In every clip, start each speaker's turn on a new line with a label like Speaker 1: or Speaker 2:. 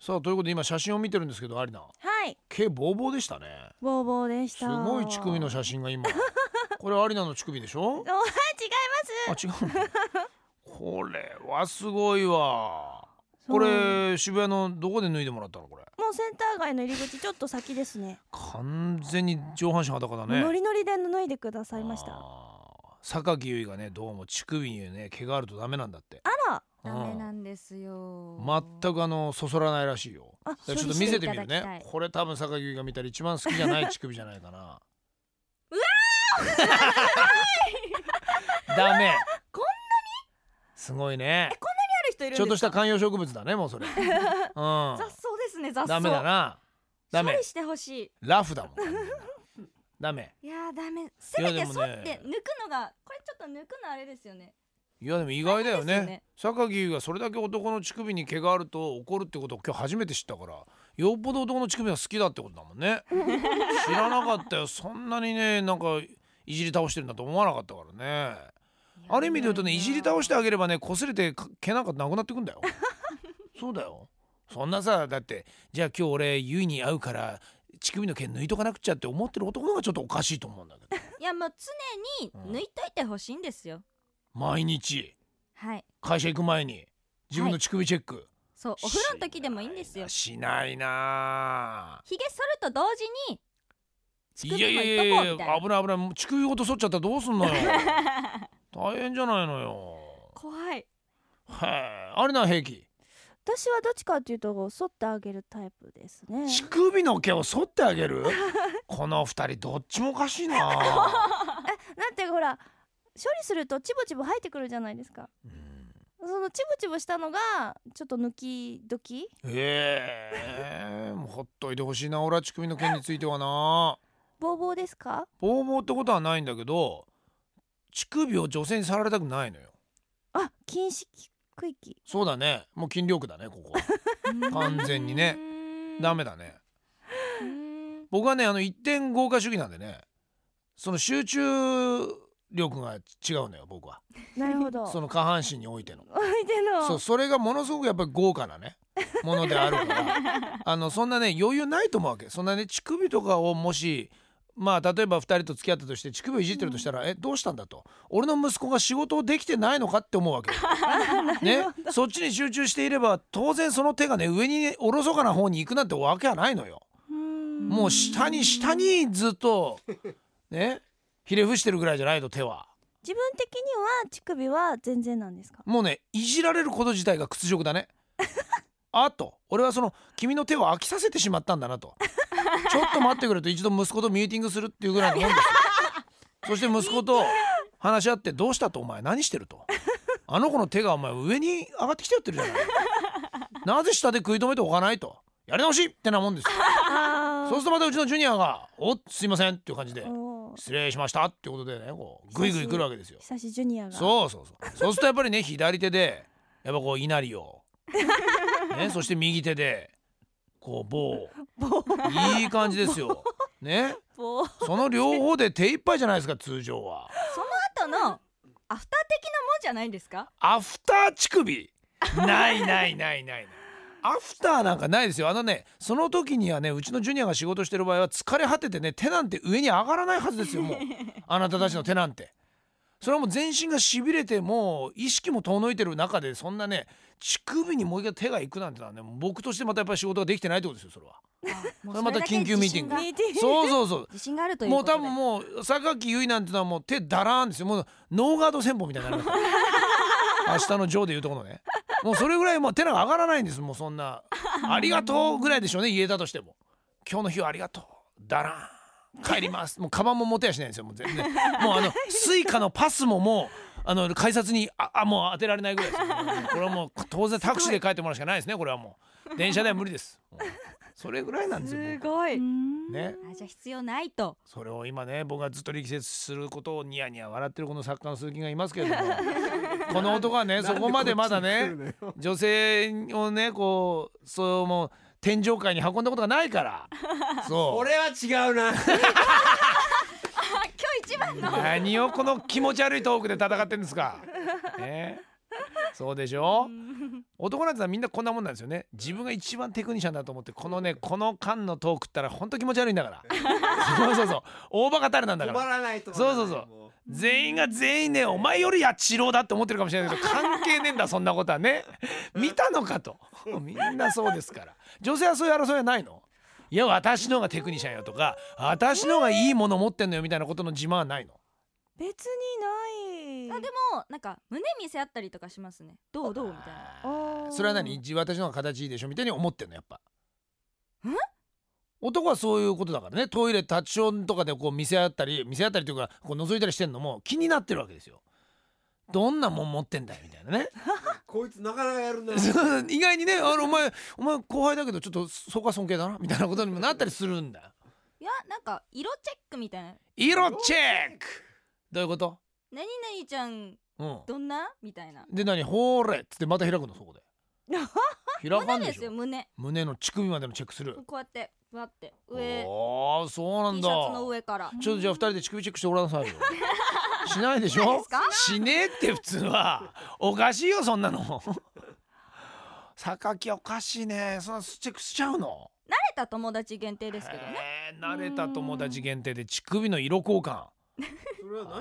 Speaker 1: さあということで今写真を見てるんですけどアリナ
Speaker 2: はい
Speaker 1: 毛ボーボーでしたね
Speaker 2: ボーボーでし
Speaker 1: す
Speaker 2: た
Speaker 1: ごい乳首の写真が今これアリナの乳首でしょ
Speaker 2: お違います
Speaker 1: あ違うのこれはすごいわ
Speaker 2: そ
Speaker 1: こ
Speaker 2: う
Speaker 1: れ渋谷のどこで脱いでもらったのこれ
Speaker 2: もうセンター街の入り口ちょっと先ですね
Speaker 1: 完全に上半身裸だね
Speaker 2: ノリノリで脱いでくださいましたあ
Speaker 1: あー榊結衣がねどうも乳首にね毛があるとダメなんだって
Speaker 2: ら
Speaker 3: ダメなんですよ。
Speaker 1: 全くあのそそらないらしいよ
Speaker 2: あ
Speaker 1: ちょっと
Speaker 3: 処理
Speaker 1: 見
Speaker 3: して
Speaker 1: せ
Speaker 3: い
Speaker 1: て
Speaker 3: た
Speaker 1: み
Speaker 3: だ
Speaker 1: る
Speaker 3: きたい
Speaker 1: ねこれ多分榊結衣が見たら一番好きじゃない乳首じゃないかな
Speaker 2: う
Speaker 1: わーダメん
Speaker 2: こ
Speaker 1: なにすごいね
Speaker 3: ある人いるんで
Speaker 1: ち
Speaker 3: すか
Speaker 1: ょっとした観葉植物だねもうそれうん
Speaker 3: 雑草ですね雑草。
Speaker 1: ダメだなダ
Speaker 3: 処
Speaker 1: メ
Speaker 3: 理してほしい。
Speaker 1: ラフだもん ダメ
Speaker 3: いやーダメ。せめ
Speaker 1: いやで
Speaker 3: て
Speaker 1: もね
Speaker 3: 剃って抜くのがこれちょっと抜くのあれですよね。
Speaker 1: いやでも意外だよ
Speaker 3: 大変
Speaker 1: ね榊結衣がそれだけ男の乳首に毛があると怒るってことを今日初めて知ったからよっぽど男の乳首が好きだってことだもん ね知らなかったよそんなにねなんかいじり倒してるんだと思わなかったからねある意味で言うとねいじり倒してあげればね擦れてか毛なんかなくなってくんだよ そうだよそんなさだってじゃあ今日俺ゆいに会うから乳首の毛抜いとかなくちゃって思ってる男の方がちょっとおかしいと思うんだけど
Speaker 3: いやもう常に抜いといてほしいんですよ。
Speaker 1: 毎日
Speaker 3: はい。
Speaker 1: 会社行く前に自分の乳首チェック、
Speaker 3: そうお風呂の時でもいいんですよ。
Speaker 1: しないな
Speaker 3: ひげ剃ると同時に
Speaker 1: し
Speaker 3: 乳
Speaker 1: ないなあ
Speaker 3: 首もいっとこうみたいな。
Speaker 1: 危ない危ないもう乳首ごと剃っちゃったらどうすんの よ大変じゃないのよ
Speaker 3: 怖い。
Speaker 1: へえあれな平気
Speaker 2: 私はどっちかっていうと剃ってあげるタイプです ね
Speaker 1: 乳首の毛を剃ってあげるこの二人どっちもおかしい な
Speaker 2: なんてほら処理するとチボチボ生えてくるじゃないですか
Speaker 1: うん
Speaker 2: そのチボチボしたのがちょっと抜き時
Speaker 1: ええもうほっといてほしいな俺は乳首の件についてはな
Speaker 2: ボーボーですか
Speaker 1: ボーボーってことはないんだけど乳首を女性に触られたくないのよ
Speaker 2: あ禁止区域
Speaker 1: そうだねもう筋力だねここ完全にね。ダメだね
Speaker 3: うーん。
Speaker 1: 僕はねあの一点豪華主義なんでねその集中力が違うのよ僕は
Speaker 2: なるほど
Speaker 1: その下半身においての
Speaker 2: おいでの
Speaker 1: そうそれがものすごくやっぱり豪華な ねものであるからあのそんなね余裕ないと思うわけそんなね乳首とかをもしまあ例えば2人と付き合ったとして乳首をいじってるとしたら、えどうしたんだと俺の息子が仕事をできて ないのかって思うわけよねそっちに集中していれば当然その手がね上にねおろそかな方に行くなんてわけはないのよ。
Speaker 2: うーん
Speaker 1: もう下に下にずっとねひれ伏してるぐらいじゃないと手は
Speaker 2: 自分的には乳首は全然なんですか
Speaker 1: もうねいじられること自体が屈辱だねあと俺はその君の手を飽きさせてしまったんだなとちょっと待ってくれと一度息子とミーティングするっていうぐらいのもんですよそして息子と話し合って「どうした?」と「お前何してる?」と「あの子の手がお前上に上がってきちゃってるじゃない」なぜ下で食い止めておかないとやり直しってなもんですよ
Speaker 2: あ
Speaker 1: そうするとまたうちのジュニアが「おすいません」っていう感じで
Speaker 2: おー
Speaker 1: 失礼しましたってことでねこうグイグイ来るわけですよ
Speaker 2: 久しジュニアが
Speaker 1: そうそうそうそうするとやっぱりね左手でやっぱこう稲荷を ねそして右手でこう棒を
Speaker 2: 棒
Speaker 1: いい感じですよね
Speaker 2: 棒
Speaker 1: その両方で手一杯じゃないですか通常は
Speaker 3: その後のアフター的なもんじゃないんですか？
Speaker 1: アフター乳首ないないないないないアフターなんかないですよあのねその時にはねうちのジュニアが仕事してる場合は疲れ果ててね手なんて上に上がらないはずですよもうあなたたちの手なんてそれはもう全身がしびれてもう意識も遠のいてる中でそんなね乳首にもう一回手が行くなんてのはねもう僕としてまたやっぱり仕事ができてないってことですよそれは
Speaker 3: も
Speaker 1: それまた緊急ミーティング
Speaker 3: それだけ
Speaker 2: 見
Speaker 3: 自信が
Speaker 2: て
Speaker 1: そうそうそう
Speaker 3: 自信があるという
Speaker 1: も
Speaker 3: こ
Speaker 1: う
Speaker 3: と
Speaker 1: 多
Speaker 3: で。
Speaker 1: 分もう榊結衣なんてのはもう手だらーんですよもうノーガード戦法みたいにな ります明日のジョーで言うとこのねもうそれぐらいもう手が上がらないんですもうそんな「ありがとう」ぐらいでしょうね言えたとしても「今日の日はありがとう」だらーん帰り ますもうカバンも持てやしないんですよもう全然もうあのスイカのパスももうあの改札にああもう当てられないぐらいですよこれはもう当然タクシーで帰ってもらうしかないですねこれはもう電車では無理ですもうそれぐらいなんですよ
Speaker 3: す
Speaker 1: 僕
Speaker 3: ごい。
Speaker 1: ね
Speaker 3: あじゃあ必要ない と。
Speaker 1: それを今ね僕がずっと力説することをニヤニヤ笑ってるこの作家の鈴木がいますけれども この男はねそこまでまだね女性をねこうそうもう天井界に運んだことがないから そう
Speaker 4: 俺は違うな
Speaker 3: あ今日一番の。
Speaker 1: 何をこの気持ち悪いトークで戦ってるんですか、ね、そうでしょ
Speaker 3: うん
Speaker 1: 男なんてのはみんなこんなもんなんですよね自分が一番テクニシャンだと思ってこのねこの間のトークったらほんと気持ち悪いんだ からそうそうそう大バカタレなんだか
Speaker 4: 止
Speaker 1: ら
Speaker 4: まらないと
Speaker 1: そうそうそう全員が全員ねお前よりやちろうだって思ってるかもしれないけど関係ねえんだそんなことはね見たのかとみんなそうですから女性はそういう争いはないのいや私の方がテクニシャンよとか私の方がいいもの持ってんのよみたいなことの自慢はないの
Speaker 2: 別にない
Speaker 3: あでもなんか胸見せ合ったりとかしますねどうどうみたいな
Speaker 2: あー
Speaker 1: それは何じ私の方が形いいでしょみたいに思ってんのやっぱ
Speaker 3: ん
Speaker 1: 男はそういうことだからねトイレ立ちションとかでこう見せ合ったり見せ合ったりというかこう覗いたりしてんのも気になってるわけですよどんなもん持ってんだよみたいなね
Speaker 4: こいつなかなかやるな
Speaker 1: そう 意外にねあのお前お前後輩だけどちょっとそこは尊敬だなみたいなことにもなったりするんだ
Speaker 3: いやなんか色チェックみたいな
Speaker 1: 色チェックどういうこと
Speaker 3: 何々ちゃん
Speaker 1: うん
Speaker 3: どんなみたいな
Speaker 1: で何ほーれっつってまた開くのそこで開かん
Speaker 3: 胸
Speaker 1: で
Speaker 3: で
Speaker 1: し
Speaker 3: すよ
Speaker 1: ょ
Speaker 3: 胸
Speaker 1: 胸の乳首までのチェックする
Speaker 3: こうやってわって上
Speaker 1: おーそうなん
Speaker 3: T
Speaker 1: だ
Speaker 3: シャツの上から
Speaker 1: ちょっとじゃあ二人で乳首チェックしてごらんなさい よ。しないでし
Speaker 3: ないで
Speaker 1: ょ
Speaker 3: すか
Speaker 1: しねえって普通は。おかしいよそんなの。 榊おかしいね。そんなチェックしちゃうの。
Speaker 3: 慣れた友達限定ですけどね
Speaker 1: へえ慣れた友達限定で乳首の色交換。
Speaker 4: それは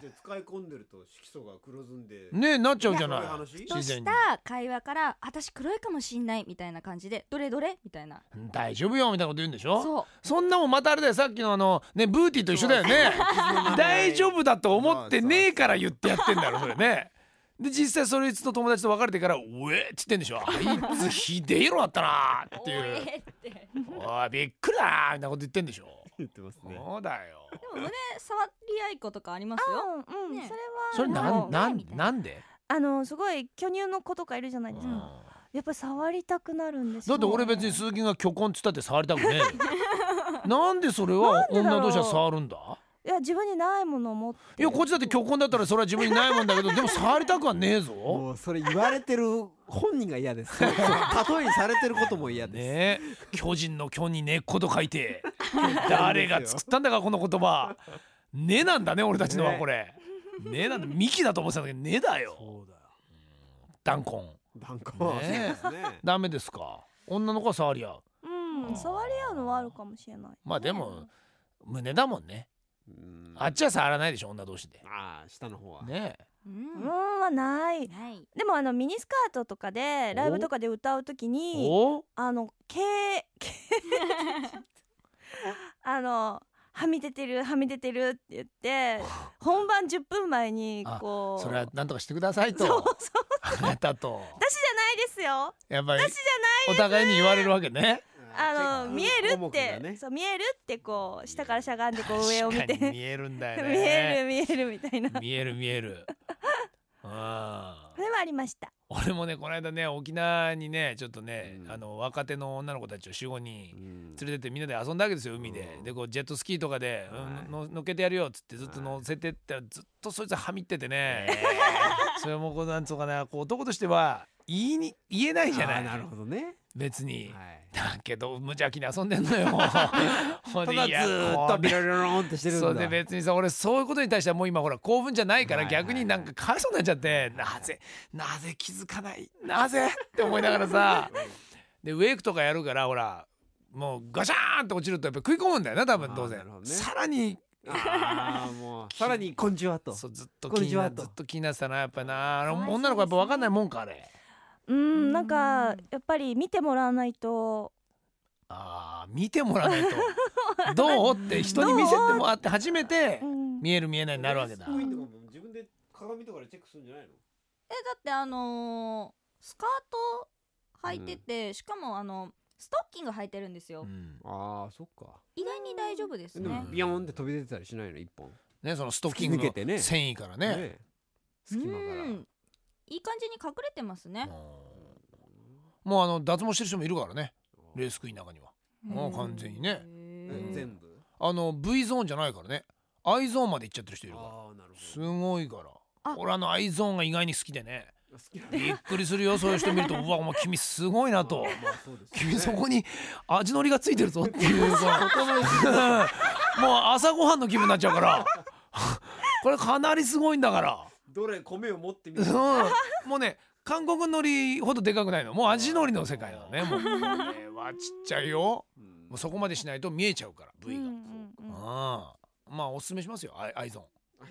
Speaker 4: 何で使い込んでると色素が黒ずんで
Speaker 1: ねえなっちゃうじゃない
Speaker 4: いやそういう。話
Speaker 3: と
Speaker 1: 自
Speaker 3: し
Speaker 1: 然
Speaker 3: た会話から「私黒いかもしんない」みたいな感じで「どれどれ?」みたいな
Speaker 1: に。大丈夫よみたいなこと言うんでしょ。
Speaker 3: そ
Speaker 1: そんなもんまたあれだよさっきのあのねブーティーと一緒だよね。 大丈夫だと思ってねえから言ってやってんだろそれね。で実際それつの友達と別れてから「うえっ」つってんでしょ「あいつひでえ色だったな」
Speaker 3: う
Speaker 1: ってい
Speaker 3: お
Speaker 1: う
Speaker 3: えってで
Speaker 1: 「おいびっくりだな」みたいなこと言ってんでしょ。
Speaker 4: 言ってます
Speaker 1: そうだよ。
Speaker 3: も胸触り合いっ子とかありますよ
Speaker 2: うんうん、
Speaker 3: ね
Speaker 2: それ
Speaker 1: それな
Speaker 2: あの
Speaker 1: んなん
Speaker 3: みたいな
Speaker 1: なんで、
Speaker 2: あのすごい巨乳の子とかいるじゃないですか、
Speaker 1: だ
Speaker 2: やっぱ触りたくなるんですよ
Speaker 1: って俺別に鈴木が虚婚っつったって触りたくねえなんでそれは
Speaker 2: なんでだろ
Speaker 1: 女
Speaker 2: う
Speaker 1: 同士は触るんだ
Speaker 2: いや自分にないものを持って
Speaker 1: いやこっちだって虚婚だったらそれは自分にないもんだけ どでも触りたくはねえぞ。
Speaker 4: もうそれ言われてる本人が嫌で す例えにされてることも嫌です
Speaker 1: ねえ巨人の巨に根っこと書い て誰が作ったんだかこの言葉根なんだね俺たちのは
Speaker 4: ね
Speaker 1: これ根なんだ幹だと思ってたんだけど根だよ
Speaker 4: そうだよ
Speaker 1: 弾痕
Speaker 4: 断固
Speaker 1: ね
Speaker 4: そうですね
Speaker 1: ダメですか女の子は触り合う
Speaker 2: うん触り合うのはあるかもしれない
Speaker 1: まあでも胸だもんね
Speaker 4: うん
Speaker 1: あっちは触らないでしょ女同士で
Speaker 4: あー下の方は
Speaker 1: ねえ
Speaker 3: う
Speaker 2: うんんはない
Speaker 3: はい
Speaker 2: でもあのミニスカートとかでライブとかで歌うときに
Speaker 1: お
Speaker 2: あの毛毛あのはみ出てるはみ出てるって言って本番10分前にこう
Speaker 1: それはなんとかしてくださいと
Speaker 2: そうそう
Speaker 1: あなた と
Speaker 2: 私じゃないですよ
Speaker 1: やっぱり
Speaker 2: 私じ
Speaker 1: お互いに言われるわけね
Speaker 2: ゃないあの
Speaker 4: チェ
Speaker 2: 見
Speaker 4: ック
Speaker 2: える
Speaker 4: 項
Speaker 2: っ
Speaker 4: 目が
Speaker 2: て、
Speaker 4: ね
Speaker 2: そう見えるってこう下からしゃがんでこう上を見て
Speaker 1: 確かに
Speaker 2: 見
Speaker 1: 見えるんだよね
Speaker 2: える 見えるみたいなそ
Speaker 1: 見える見え る。あ
Speaker 2: れはありました
Speaker 1: 俺もねこの間ね沖縄にねちょっとね、
Speaker 4: うん
Speaker 1: あの若手の女の子たちを45人
Speaker 4: うん
Speaker 1: 連れてってみんなで遊んだわけですよ海で、
Speaker 4: うん
Speaker 1: でこうジェットスキーとかで、
Speaker 4: はい
Speaker 1: うんの乗っけてやるよっつってずっと乗せてったらずっとそいつははみっててね、それもこうなんつうかなこう男としては言いに言えないじゃな
Speaker 4: あー
Speaker 1: い
Speaker 4: なるほどね
Speaker 1: 別に、
Speaker 4: はい
Speaker 1: だけど無邪気に遊んでんの よほん
Speaker 4: た
Speaker 1: で
Speaker 4: だ
Speaker 1: い
Speaker 4: ず
Speaker 1: や
Speaker 4: ーっ
Speaker 1: ことれ
Speaker 4: ビロリロロンってしてるんだ
Speaker 1: そうで別にさ俺そういうことに対してはもう今ほら興奮じゃないから
Speaker 4: はいはい
Speaker 1: 逆になんかかわいそうになっちゃってなぜなぜ気づかないなぜって思いながら さでウェイクとかやるからほらもうガシャーンって落ちるとやっぱ食い込むんだよな多分当然
Speaker 4: あーなるほどね
Speaker 1: さらに
Speaker 4: ああもうさらに「こんにちは」と
Speaker 1: そうずっと
Speaker 4: こん
Speaker 1: 気
Speaker 4: に
Speaker 1: に
Speaker 4: ち
Speaker 1: な
Speaker 4: は
Speaker 1: ず
Speaker 4: と
Speaker 1: っと気になってたなやっぱなあの
Speaker 3: かわいそう
Speaker 1: 女の子やっぱ分かんないもんかあれ
Speaker 2: うんなんかやっぱり見てもらわないと
Speaker 1: あー見てもらわない とどうって人に見せてもらって初めて
Speaker 2: うん
Speaker 1: 見える見えないになるわけだ
Speaker 4: スプリントがもう自分で鏡とかでチェックするんじゃないの
Speaker 3: えだってあのースカート履いてて、しかもあのストッキング履いてるんですよ、
Speaker 1: うん
Speaker 4: ああそっか
Speaker 3: 意外に大丈夫です
Speaker 4: でも
Speaker 3: ね
Speaker 4: ビヨーンって飛び出てたりしないの一本
Speaker 1: ねそのストッキングの
Speaker 4: 突き抜けてね
Speaker 1: 繊維からね
Speaker 4: え隙間から
Speaker 3: うんいい感じに隠れてますね、
Speaker 1: うんもうあの脱毛してる人もいるからねレースクイーンの中にはもう完全にね
Speaker 3: へ
Speaker 4: え
Speaker 3: ー
Speaker 4: 全部
Speaker 1: あの V ゾーンじゃないからね I ゾーンまで行っちゃってる人いるから
Speaker 4: ああなる
Speaker 1: す
Speaker 4: ほ
Speaker 1: ごいか
Speaker 3: あ
Speaker 1: ら俺あの I ゾーンが意外に好きでね
Speaker 4: ど好きなんだ
Speaker 1: びっくりするよそういう人見るとうわお前君すごいなと
Speaker 4: まあまあそうですよね
Speaker 1: 君そこに味のりがついてるぞっていうその もう朝ごはんの気分になっちゃうからこれかなりすごいんだから
Speaker 4: どれ米を持ってみ
Speaker 1: うん、もうね韓国海苔ほどでかくないのもう味海苔の世界なのねもうこれはちっちゃいよもうそこまでしないと見えちゃうから部位が、ああまあおすすめしますよアイアイゾーンア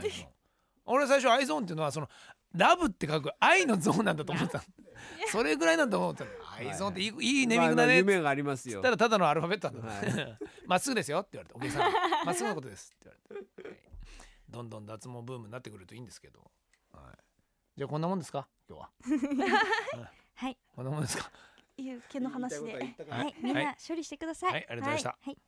Speaker 1: イゾーン俺最初アイゾーンっていうのはそのラブって書く愛のゾーンなんだと思ってたのそれぐらいなんだと思ってたのアイゾーンっていい,、い、いネーミングだね
Speaker 4: 夢がありますよ
Speaker 1: ただただのアルファベットなんだね まっすぐですよって言われてお客さ んまっすぐのことですって言われて、はいどんどん脱毛ブームになってくるといいんですけど、はい、じゃあこんなもんですか今日は
Speaker 3: はい
Speaker 1: こんなもんですか
Speaker 3: いう毛の話で
Speaker 4: 言いたいことは言ったから
Speaker 3: はいみん
Speaker 1: は
Speaker 3: な処理してください
Speaker 1: はいありがとうございました
Speaker 3: はい